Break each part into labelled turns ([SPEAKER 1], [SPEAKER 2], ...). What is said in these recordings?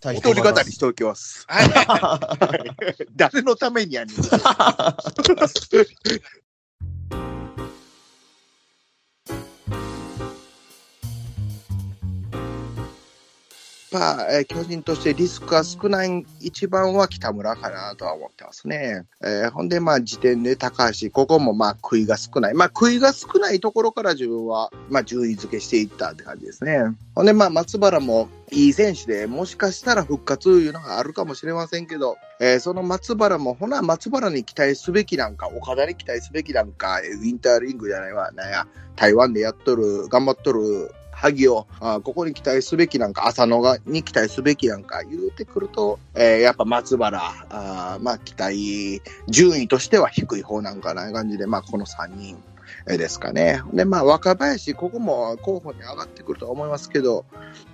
[SPEAKER 1] 大
[SPEAKER 2] 一
[SPEAKER 1] 変
[SPEAKER 2] 人
[SPEAKER 1] で
[SPEAKER 2] 語り
[SPEAKER 1] す
[SPEAKER 2] しておきます。
[SPEAKER 3] はい。
[SPEAKER 2] 誰のためにやる まあ、えー巨人としてリスクが少ない一番は北村かなとは思ってますね。えーほんで、まあ、時点で高橋、ここもまあ、悔いが少ない。まあ、悔いが少ないところから自分は、まあ、順位付けしていったって感じですね。ほんで、まあ、松原もいい選手で、もしかしたら復活いうのがあるかもしれませんけど、えーその松原も、ほな、松原に期待すべきなんか、岡田に期待すべきなんか、えーウィンターリングじゃないわ、なんや、台湾でやっとる、頑張っとる、萩をあーここに期待すべきなんか、浅野がに期待すべきなんか言うてくると、えーやっぱ松原、あーまあ期待、順位としては低い方なんかない感じで、まあこの3人えーですかね。で、まあ若林、ここも候補に上がってくるとは思いますけど、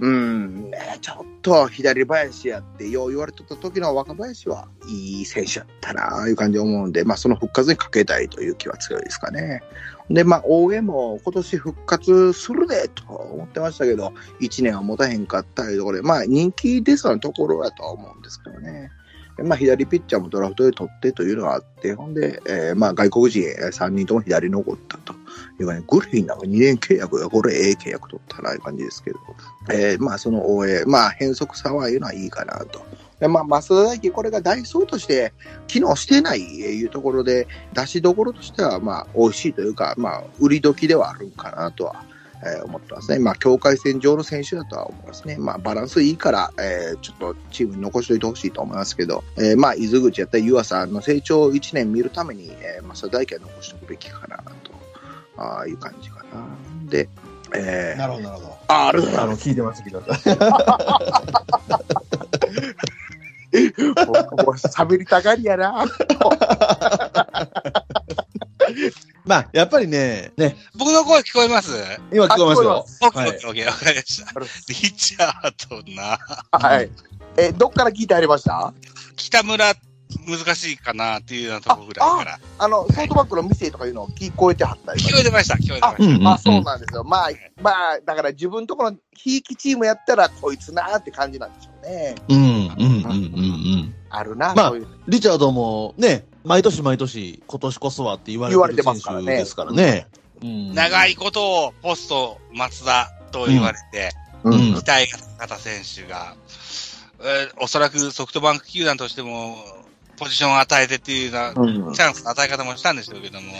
[SPEAKER 2] うん、ねちょっと左林やって、よう言われとった時の若林はいい選手やったな、あいう感じで思うんで、まあその復活にかけたいという気は強いですかね。で、まあ、大江も今年復活するでと思ってましたけど、1年は持たへんかったいうところで、まあ、人気出そうなところだとは思うんですけどね。でまあ、左ピッチャーもドラフトで取ってというのがあって、ほんで、えーまあ、外国人3人とも左残ったというかね、グリフィンなんか2年契約がこれ、ええ契約取ったな、いう感じですけど、えーまあ、その大江、まあ、変則さはいうのはいいかなと。でまあ、増田大輝、これがダイソーとして機能してないえーいうところで、出しどころとしては、まあ、美味しいというか、まあ、売り時ではあるんかなとは、えー思ってますね。まあ、境界線上の選手だとは思いますね。まあ、バランスいいから、えーちょっとチームに残しておいてほしいと思いますけど、えーまあ、伊豆口やったり、湯浅の成長を1年見るために、えー、増田大輝は残しておくべきかなと、ああいう感じかな。で、えー
[SPEAKER 1] なるほど、なるほど。
[SPEAKER 2] あ、ある
[SPEAKER 1] あの、聞いてます、聞いてます。
[SPEAKER 2] もうもう喋りたがりやな。
[SPEAKER 1] まあ、やっぱりね、ね、
[SPEAKER 3] 僕の声聞こえます
[SPEAKER 1] 今聞こえますよ。
[SPEAKER 3] オッケ
[SPEAKER 1] は
[SPEAKER 3] ー
[SPEAKER 1] い
[SPEAKER 3] オッケーオッケー、わかりました。リチャードな。
[SPEAKER 2] はい。え、どっから聞いてありました
[SPEAKER 3] 北村、難しいかなっていうようなとこぐらいから。
[SPEAKER 2] あの、ソフトバンクの店とかいうのを聞こえてはったり
[SPEAKER 3] 聞こえてました、聞こえてました。
[SPEAKER 1] んんん
[SPEAKER 2] まあそうなんですよ。まあ、まあ、だから自分とこのひいきチームやったら、こいつなーって感じなんでしょうね。
[SPEAKER 1] うんうんうんうんうん。
[SPEAKER 2] あるな、
[SPEAKER 1] まあ
[SPEAKER 2] そういう。
[SPEAKER 1] リチャードもね、毎年毎年、今年こそはって言われて
[SPEAKER 2] 言われて
[SPEAKER 1] る
[SPEAKER 2] ますから
[SPEAKER 1] 選
[SPEAKER 2] ね
[SPEAKER 1] 手ですからね。うん
[SPEAKER 3] 長い。ことをポスト松田と言われて、
[SPEAKER 1] う
[SPEAKER 3] 期
[SPEAKER 1] ん
[SPEAKER 3] 待が高かった選手が、えーおそらくソフトバンク球団としても、ポジションを与えてっていうよう
[SPEAKER 2] うん。
[SPEAKER 3] な、チャンスの与え方もしたんでしょうけども、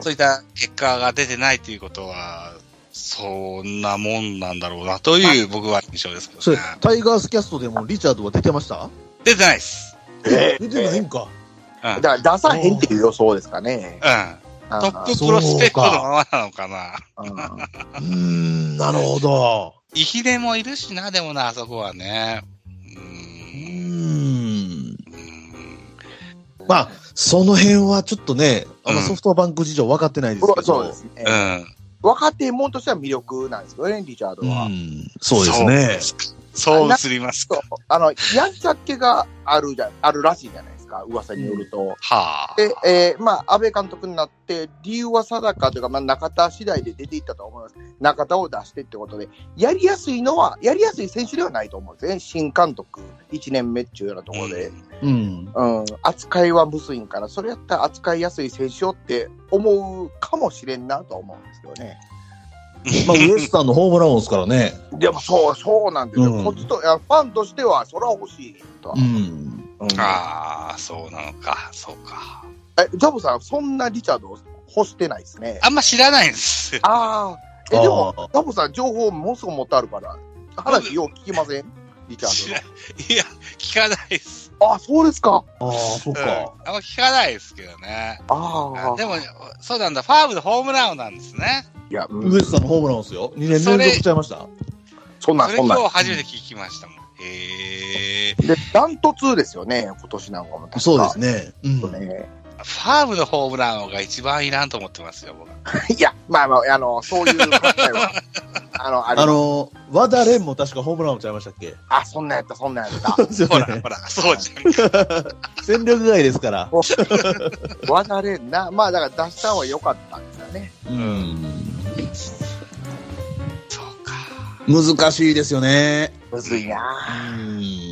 [SPEAKER 3] そういった結果が出てないということは、そんなもんなんだろうなという僕は印象ですけ
[SPEAKER 1] そ
[SPEAKER 3] ど
[SPEAKER 1] れ
[SPEAKER 3] ね。、
[SPEAKER 1] タイガースキャストでもリチャードは出てました
[SPEAKER 3] 出てないです。
[SPEAKER 2] え
[SPEAKER 1] 出てないんか。
[SPEAKER 3] うん。うん。
[SPEAKER 2] だから出さへんっていう予想ですかね。ト
[SPEAKER 3] トッププロスペクトのままなのかな。
[SPEAKER 1] うーん、なるほど。
[SPEAKER 3] イヒレもいるしな、でもな、あそこはね。う
[SPEAKER 1] う
[SPEAKER 3] ーん
[SPEAKER 1] ーん。
[SPEAKER 3] うん
[SPEAKER 1] まあ、その辺はちょっとね、あの
[SPEAKER 3] うん
[SPEAKER 1] ソフトバンク事情分かってないですけど。
[SPEAKER 2] そうですね。
[SPEAKER 3] うん。
[SPEAKER 2] 若手もんとしては魅力なんですよね、リチャード
[SPEAKER 1] う
[SPEAKER 2] は。
[SPEAKER 1] ん。そうですね。
[SPEAKER 3] そう映ります
[SPEAKER 2] そう
[SPEAKER 3] か。。
[SPEAKER 2] あの、やんちゃっ気があるじゃ、あるらしいじゃないですか、噂によると。
[SPEAKER 3] はあ。
[SPEAKER 2] で、えーまあ、安倍監督になって、理由は定かというか、まあ、中田次第で出ていったと思います。中田を出してってことで、やりやすいのは、やりやすい選手ではないと思うんですね。新監督、1年目っていうようなところで、
[SPEAKER 1] うん。
[SPEAKER 2] うん、扱いはむずいんかな。それやったら扱いやすい選手をって思うかもしれんなとは思うんですよね。
[SPEAKER 1] まあ、ウエスタンのホームラン王ですからね。
[SPEAKER 2] でも、そう、そうなんですよ。
[SPEAKER 1] うん
[SPEAKER 2] こっちと、いやファンとしては、それは欲しいとは。
[SPEAKER 1] うん。
[SPEAKER 2] うん
[SPEAKER 3] ああ、そうなのか、そうか。
[SPEAKER 2] え、ジョブさん、そんなリチャードを欲してないですね。
[SPEAKER 3] あんま知らないんですよ。
[SPEAKER 2] ああ。え、でも
[SPEAKER 1] あー、
[SPEAKER 2] タボさん、情報ものすごく持ってあるから、話よう聞きませんリチャ
[SPEAKER 3] 知ら
[SPEAKER 2] ー
[SPEAKER 3] いや、聞かないです。
[SPEAKER 2] ドの。あ、そうですか。
[SPEAKER 1] ああ、そっ
[SPEAKER 3] うん、あ
[SPEAKER 1] か。
[SPEAKER 3] んま聞かないですけどね。
[SPEAKER 2] ああ。
[SPEAKER 3] でも、そうなんだ、ファームのホームラン王なんですね。
[SPEAKER 2] いや、うん
[SPEAKER 1] ウエスタンのホームラン王ですよ。2年連続しちゃいました。
[SPEAKER 2] そんなん、
[SPEAKER 3] それ
[SPEAKER 2] そん
[SPEAKER 3] 今
[SPEAKER 2] なん。
[SPEAKER 3] 日初めて聞きましたもん。へえ。
[SPEAKER 2] で、ダントツですよね、今年なんかも。
[SPEAKER 1] そうですね。う
[SPEAKER 2] 確か
[SPEAKER 1] ん。
[SPEAKER 2] ね。
[SPEAKER 3] ファームのホームラン王が一番いらんと思ってますよ、僕。
[SPEAKER 2] いや、まあまあ、あの、そういう考えは、あの、あれ
[SPEAKER 1] あの、和田蓮も確かホームラン王ちゃいましたっけ
[SPEAKER 2] あ、そんなんやった、そんなんやった。
[SPEAKER 1] そう
[SPEAKER 3] ほ
[SPEAKER 1] で
[SPEAKER 3] ら、
[SPEAKER 1] すよね
[SPEAKER 3] ほら、そうじゃん。
[SPEAKER 1] 戦力外ですから。
[SPEAKER 2] わざれんな。まあ、だから出した方が良かったんですよね。
[SPEAKER 1] うん。
[SPEAKER 3] そうか。
[SPEAKER 1] 難しいですよね。
[SPEAKER 2] むずいな。
[SPEAKER 1] うん。